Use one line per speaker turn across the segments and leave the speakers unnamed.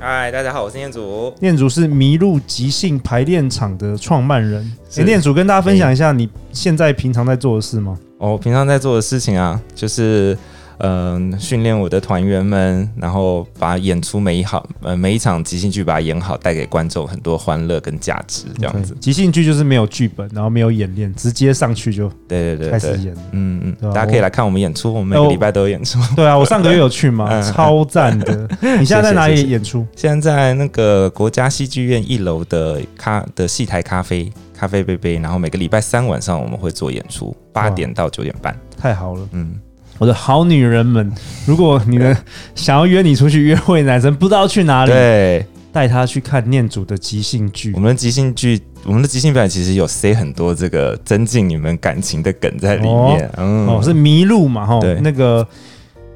嗨，大家好，我是念祖。
念祖是麋鹿即兴排练场的创办人。
是
哎、念祖跟大家分享一下你现在平常在做的事吗？
我哦平常在做的事情啊，就是嗯、训练我的团员们，然后把演出每一好呃每一场即兴剧把它演好，带给观众很多欢乐跟价值，这样子。
OK，即兴剧就是没有剧本，然后没有演练，直接上去就
对对
开
对
始
对。
演。
嗯嗯，
对啊哦
大家可以来看我们演出，我们每个
我
礼拜都有演出。
对啊，我上个月有去嘛，
嗯
超赞 的。你现在在哪
谢谢
里
谢
演出？
现在在那个国家戏剧院一楼的咖的戏台咖啡咖啡杯杯，然后每个礼拜三晚上我们会做演出，八点到九点半。
太好了，
嗯，
我的好女人们，如果你们想要约你出去约会，男生不知道去哪里，
对，
带他去看念祖的即兴剧
我。们的即兴剧，我们的即兴表演其实有塞很多这个增进你们感情的梗在里面。嗯，
哦，是迷路嘛？哈
对，
那个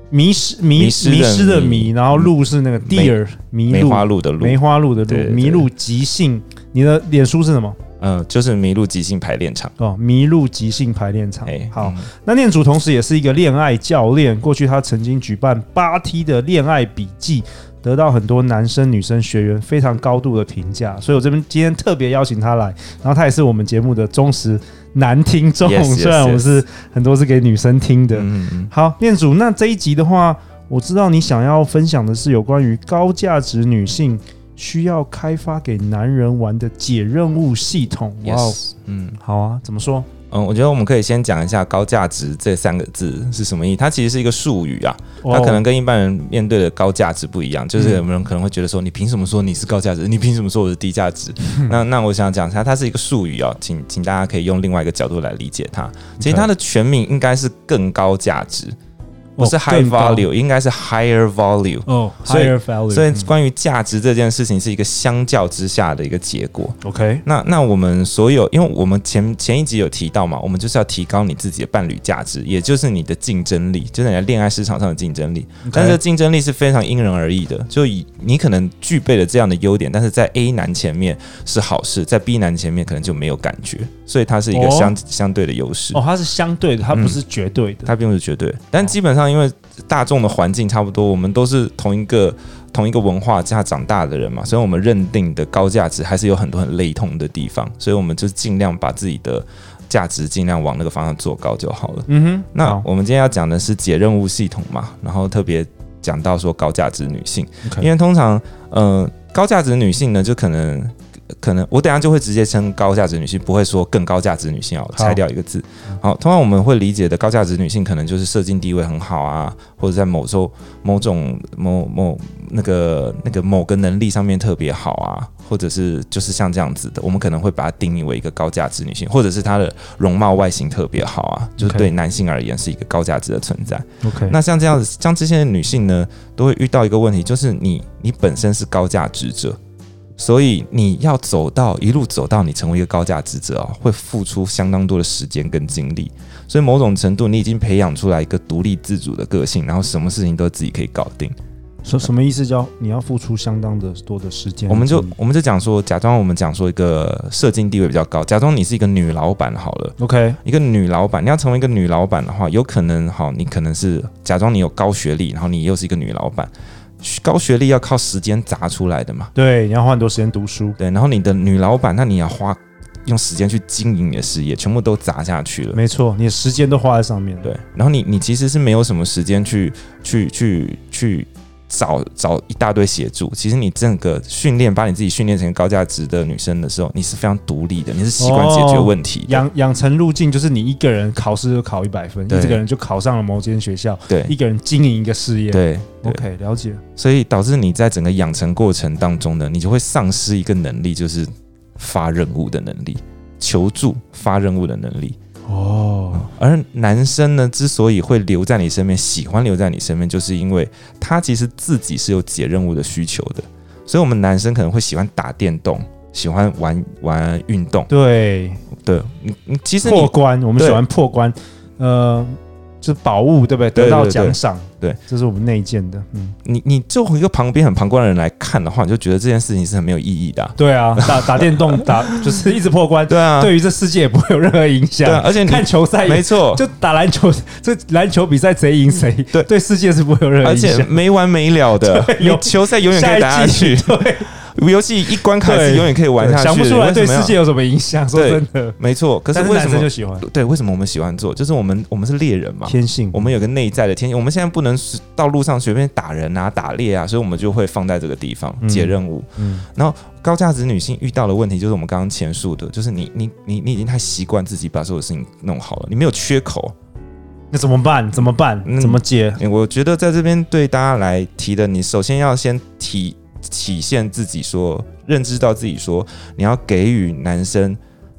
迷失迷迷
迷失的
失的迷，
迷
然后路是那个 deer 迷
梅
路，
花鹿的鹿，
梅花鹿的
对
鹿，
对
迷路即兴。你的脸书是什么？
嗯、就是麋鹿即兴排练场。
哦，迷路即兴排练场。好，
嗯
那念祖同时也是一个恋爱教练，过去他曾经举办八 T 的恋爱笔记，得到很多男生女生学员非常高度的评价，所以我这边今天特别邀请他来，然后他也是我们节目的忠实男听众
Yes, yes,
虽然我们
yes
是很多是给女生听的。
嗯嗯
好，念祖，那这一集的话，我知道你想要分享的是有关于高价值女性需要开发给男人玩的解任务系统。
嗯
哇哦，
，yes，嗯。
好啊，怎么说？
嗯，我觉得我们可以先讲一下“高价值”这三个字是什么意义。它其实是一个术语啊，它
哦嗯
可能跟一般人面对的高价值不一样。就是有人可能会觉得说，你凭什么说你是高价值？你凭什么说我是低价值？
嗯
那那我想讲一下，它是一个术语啊，请请大家可以用另外一个角度来理解它。其实它的全名应该是更高价值，不是
哦
high
更高
value，应该是 higher value。
哦
所以
，higher value，
所以
嗯
关于价值这件事情是一个相较之下的一个结果。
OK，
那那我们所有，因为我们前前一集有提到嘛，我们就是要提高你自己的伴侣价值，也就是你的竞争力，就是你在恋爱市场上的竞争力。但是这竞争力是非常因人而异的，就以你可能具备了这样的优点，但是在 A 男前面是好事，在 B 男前面可能就没有感觉，所以它是一个
哦
相、相对的优势。
哦，它是相对的，它不是绝对的。
嗯它并不是绝对，但基本上因为大众的环境差不多，我们都是同一个同一个文化下长大的人嘛，所以我们认定的高价值还是有很多很类同的地方，所以我们就尽量把自己的价值尽量往那个方向做高就好了。
嗯哼，
那
好
我们今天要讲的是解任务系统嘛，然后特别讲到说高价值女性
OK
因为通常呃高价值女性呢，就可能可能我等一下就会直接称高价值女性，不会说更高价值女性啊，我
好
拆掉一个字。好，通常我们会理解的高价值女性，可能就是社经地位很好啊，或者在某种某种某某那个那个某个能力上面特别好啊，或者是就是像这样子的，我们可能会把它定义为一个高价值女性，或者是她的容貌外形特别好啊，就是
OK
对男性而言是一个高价值的存在。
OK，
那像这样子，像这些女性呢，都会遇到一个问题，就是你你本身是高价值者，所以你要走到一路走到你成为一个高价值者啊、会付出相当多的时间跟精力。所以某种程度，你已经培养出来一个独立自主的个性，然后什么事情都自己可以搞定。
什什么意思叫你要付出相当的多的时间？
我们就
嗯
我们就讲说，假装我们讲说一个社经地位比较高，假装你是一个女老板好了。
OK，
一个女老板，你要成为一个女老板的话，有可能好，你可能是假装你有高学历，然后你又是一个女老板，高学历要靠时间砸出来的嘛，
对，你要花很多时间读书。
对，然后你的女老板，那你要花用时间去经营你的事业，全部都砸下去了。
没错，你的时间都花在上面。
对，然后你你其实是没有什么时间去去去去找找一大堆协助。其实你整个训练，把你自己训练成高价值的女生的时候，你是非常独立的，你是习惯解决
哦
问题的。
养养成路径就是你一个人考试就考一百分，
对
一个人就考上了某间学校，
对
一个人经营一个事业。
对对
OK，了解。
所以导致你在整个养成过程当中呢，你就会丧失一个能力，就是发任务的能力，求助发任务的能力。
哦，
而男生呢，之所以会留在你身边，喜欢留在你身边，就是因为他其实自己是有解任务的需求的。所以，我们男生可能会喜欢打电动，喜欢玩玩运动，
对，
对，你你其实
破
你
关，我们
对
喜欢破关，呃，就是宝物，对不对？
对
得到
对对
奖赏，
对，
这是我们内建的，嗯，
你你作为一个旁边很旁观的人来看的话，你就觉得这件事情是很没有意义的啊、
对啊， 打打电动打就是一直破关，
对啊，
对于这世界也不会有任何影响
对啊，。而且你
看球赛
没错，
就打篮球，这篮球比赛谁赢谁，
对
对世界是不会有任何
而
影
且
响。
没完没了 的，
有
你球赛永远可以打下去，
对，
游戏一关卡是
对
永远可以玩下去，
想不出来
为什
对
么要
世界有什么影响。说
对
真的，
没错。可是
但是
为
男
什
生就
么？
喜欢
对，为什么我们喜欢做？就是我们我们是猎人嘛，
天性，
我们有个内在的天性，我们现在不能是到路上随便打人啊、打猎啊，所以我们就会放在这个地方
嗯
解任务。
嗯
高价值女性遇到的问题就是我们刚刚前述的，就是你你你你已经太习惯自己把所有事情弄好了，你没有缺口。
那怎么办？怎么办？
嗯
怎么解？
诶我觉得在这边对大家来提的，你首先要先体体现自己说，认知到自己说，你要给予男生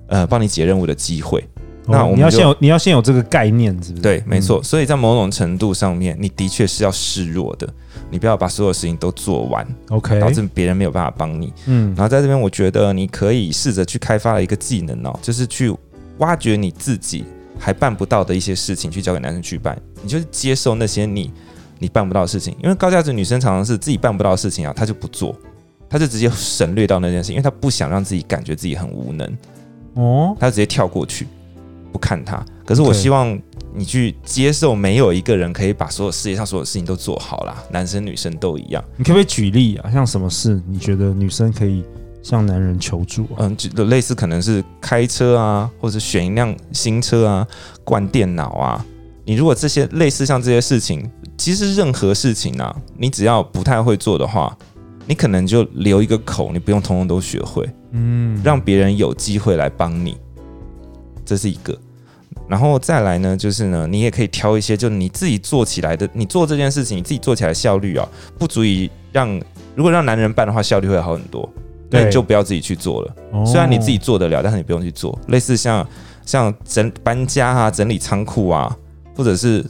呃帮你解任务的机会。那
哦
我们
你要
就
先有，你要先有这个概念，是不是？
对，没错。嗯所以在某种程度上面，你的确是要示弱的，你不要把所有事情都做完，
嗯，OK，
导致别人没有办法帮你。
嗯
然后在这边，我觉得你可以试着去开发一个技能哦，就是去挖掘你自己还办不到的一些事情，去交给男生去办。你就是接受那些你你办不到的事情，因为高价值女生常常是自己办不到的事情啊，她就不做，她就直接省略到那件事，因为她不想让自己感觉自己很无能，
哦，
她直接跳过去不看它。可是我
OK
希望你去接受，没有一个人可以把所有世界上所有事情都做好啦，男生女生都一样。
你可不可以举例啊？像什么事你觉得女生可以向男人求助啊？
嗯，就类似可能是开车啊，或者选一辆新车啊，灌电脑啊。你如果这些类似像这些事情，其实任何事情啊，你只要不太会做的话，你可能就留一个口，你不用通通都学会，
嗯，
让别人有机会来帮你，这是一个。然后再来呢，就是呢，你也可以挑一些，就你自己做起来的，你做这件事情，你自己做起来的效率啊，不足以让如果让男人办的话，效率会好很多，那你
对
就不要自己去做了。
哦
虽然你自己做得了，但是你不用去做。类似像像整搬家啊、整理仓库啊，或者是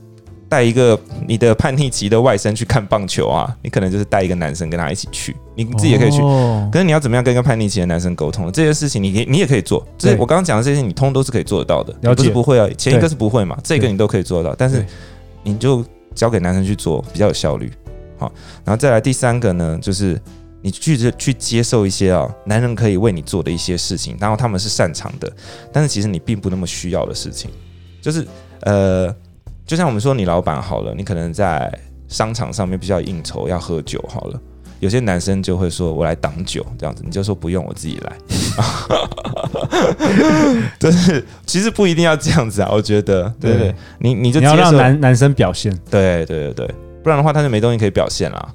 带一个你的叛逆期的外甥去看棒球啊，你可能就是带一个男生跟他一起去，你自己也可以去。
哦
可是你要怎么样跟一个叛逆期的男生沟通？这些事情你可以，你也可以做。这
对
我刚刚讲的这些，你通都是可以做得到的。
了解
你不是不会啊，前一个
对
是不会嘛，这个
对
你都可以做得到。但是
对
你就交给男生去做，比较有效率。好，然后再来第三个呢，就是你去去接受一些啊、男人可以为你做的一些事情，然后他们是擅长的，但是其实你并不那么需要的事情，就是呃，就像我们说你老板好了，你可能在商场上面比较应酬要喝酒好了。有些男生就会说：“我来挡酒，这样子。”你就说不用，我自己来。 就是其实不一定要这样子啊，我觉得，对对对，你你就
你
接
要让
受
男男生表现。
对对对对，不然的话他就没东西可以表现啦。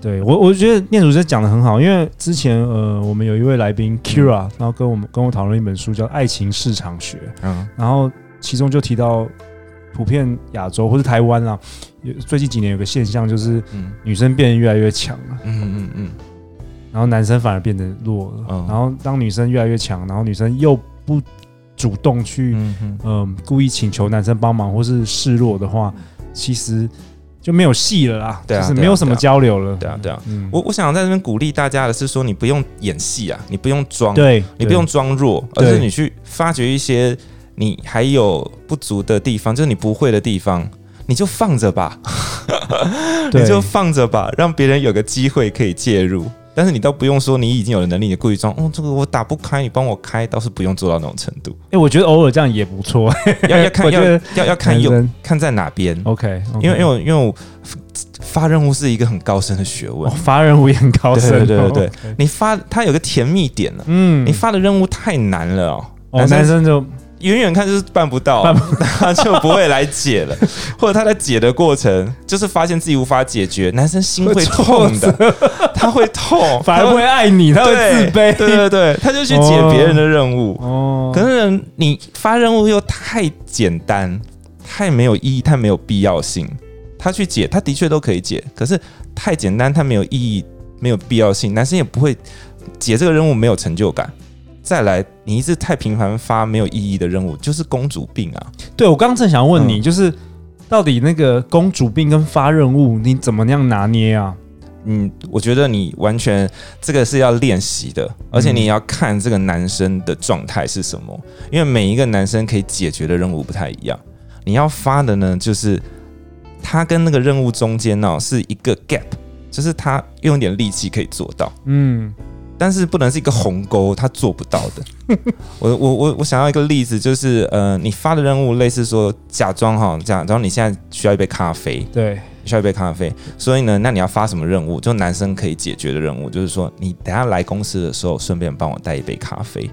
对我，我觉得念主真讲的很好，因为之前呃，我们有一位来宾 Kira，、然后跟我们跟我讨论一本书叫《爱情市场学》，
嗯，
然后其中就提到，普遍亚洲或是台湾啦，有最近几年有个现象就是
嗯
女生变得越来越强了，
嗯嗯嗯
然后男生反而变得弱了，
嗯
然后当女生越来越强，然后女生又不主动去
嗯嗯，
嗯，故意请求男生帮忙或是示弱的话，其实就没有戏了啦，
对啊
就是
对啊
没有什么
对啊
交流了。
对啊对啊。
嗯，
我我想在这边鼓励大家的是说，你不用演戏啊，你不用装，
对
你不用装弱，而
对
是你去发掘一些你还有不足的地方，就是你不会的地方，你就放着吧，
对
你就放着吧，让别人有个机会可以介入。但是你倒不用说你已经有了能力，你故意装哦，这个我打不开，你帮我开，倒是不用做到那种程 度。
哎、我觉得偶尔这样也不错。
要要看
我觉
要
得
要要看
男哦
有
生
看在哪边，
OK，,
因为因为我因为我发任务是一个很高深的学
我
问，
哦发任务也很高深、
对对对对
对对，
你发它有个甜蜜点呢、
嗯
你，发的任务太难了哦。
哦，男生就
远远看就是办不到，
办
他就不会来解了，或者他在解的过程，就是发现自己无法解决，男生心会痛 的，他会痛，
反而
他
会爱你，他会
对
自卑。
对对对，他就去解别人的任务，
哦，
可是你发任务又太简单，太没有意义，太没有必要性。他去解，他的确都可以解，可是太简单，太没有意义，没有必要性。男生也不会解这个任务没有成就感。再来，你一直太频繁发没有意义的任务，就是公主病啊！
对我刚刚正想问你，就是到底那个公主病跟发任务，你怎么样拿捏啊？
嗯，我觉得你完全这个是要练习的，而且你也要看这个男生的状态是什么，因为每一个男生可以解决的任务不太一样。你要发的呢，就是他跟那个任务中间呢、是一个 gap，就是他用一点力气可以做到，
嗯，
但是不能是一个鸿沟，他做不到的。 我我我我想要一个例子，就是呃，你发的任务类似说假装哈，假装你现在需要一杯咖啡，
对，
需要一杯咖啡。所以呢，那你要发什么任务？就男生可以解决的任务，就是说你等下来公司的时候，顺便帮我带一杯咖啡。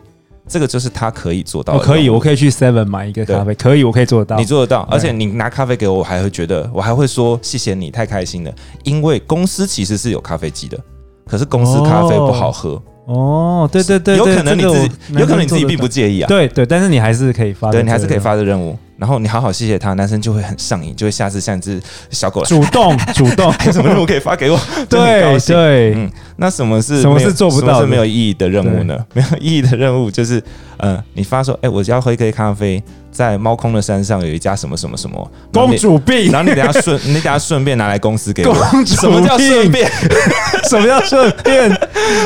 这个就是他可以做到
我
的。
哦可以，我
以。
可以去 Seven 买一个咖啡，可以，我可以做得到
你。做得到，
对
而且你拿咖啡给我，我还会觉得，我还会说谢谢你，太开心了。因为公司其实是有咖啡机的，可是公司咖啡不好喝，
哦，对对对，
有
对
可能你
这个
自
我
己，有可能你自己并不介意啊。
对对，但是你还是可以发，
对你还是可以，发的任务，然后你好好谢谢他，男生就会很上瘾，就会下次像一只小狗，
主动主动，
还有什么任务可以发给我？ 就很高
对
兴
对，
嗯那什么是
什么
没有
是做不到
什么
的
是没有意义的任务呢？没有意义的任务就是，呃，你发说，哎、我要喝一杯咖啡，在猫空的山上有一家什么什么什么然后
公
你
主病，
然后你等下顺， 你等下顺便拿来公司给我。
公主病，
什么叫顺？便？
什么叫顺便？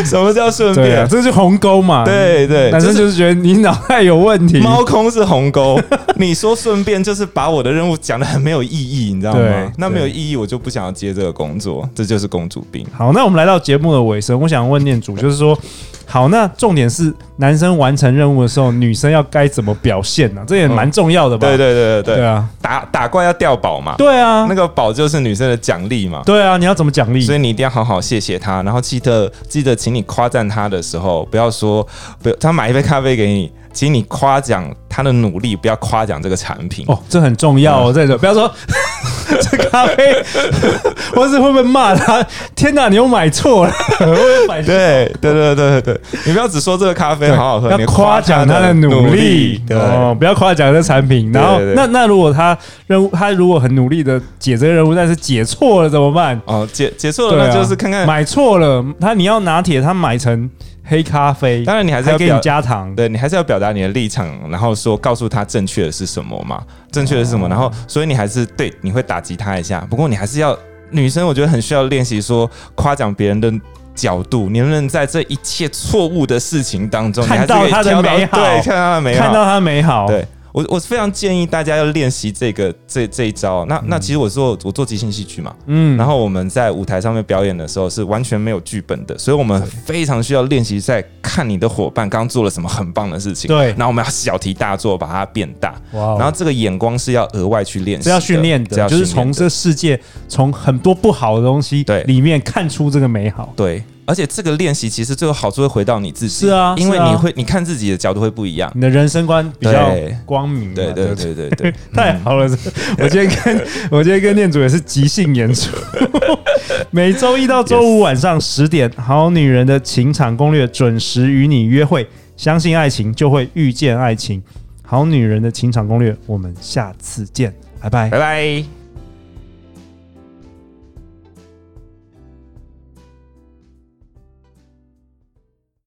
什么叫顺
对啊，
便？
这是鸿沟嘛。，
对对，
男生
就
就
是
是觉得你脑袋有问题。
猫空是鸿沟。 你说顺便，就是把我的任务讲的很没有意义，你知道
对
吗？那没有
对
意义，我就不想要接这个工作，这就是公主病。
好，那我们来到节目的尾声，我想问念主，就是说，好，那重点是男生完成任务的时候，女生要该怎么表现呢、这也蛮重要的吧？
对对对对
对
对，
啊，
打打怪要掉宝嘛，
对啊
那，个宝就是女生的奖励嘛。
对啊，你要怎么奖励
所？以你一定要好好谢谢他，然后记得记得，请你夸赞他的时候，不要说不要他买一杯咖啡给你，请你夸奖他的努力，不要夸奖这个产品。
哦，这很重要哦，
啊
这个不要 说这咖啡，或是会不会骂他？天哪，你又买错了，会不会买错？
对对对对对，你不要只说这个咖啡好好喝，哦你
要夸奖他的努力
对，
哦，不要夸奖这产品。然后，
对对对
那那如果他任务，他如果很努力的解这个任务，但是解错了怎么办？
哦，解解错
对
了，
啊
那就是看看。
买错了，他你要拿铁，他买成黑咖啡，
当然，你还是
还
要
给你
表，
加糖。
对你还是要表达你的立场，然后说告诉他正确的是什么嘛，正确的是
哦
什么，然后所以你还是对你会打击他一下，不过你还是要女生，我觉得很需要练习说夸奖别人的。角度，你能不能在这一切错误的事情当中，你
看
还是
到
可以
他的
挑
美好
对，看到他的美好，
看到他美好，
对我，我是非常建议大家要练习这个这这一招。那那其实我做我做即兴戏剧嘛，
嗯，
然后我们在舞台上面表演的时候是完全没有剧本的，所以我们非常需要练习在看你的伙伴刚做了什么很棒的事情，
对
然后我们要小题大做把它变大，
哇哦
然后这个眼光是要额外去练习
这
的，
要训练的，
这要
就
训
是
练
从
的
这世界从很多不好的东西
对
里面看出这个美好。
对。而且这个练习其实最后好处会回到你自己，
是啊
因为
是啊
你会你看自己的角度会不一样，
你的人生观比较
对
光明嘛，
对对
不
对对对，
太好了！我今天跟我今天跟念主也是即兴演出， 每周一到周五晚上十点，《好女人的情场攻略》准时与你约会。相信爱情，就会遇见爱情。好女人的情场攻略，我们下次见，拜拜
拜。拜。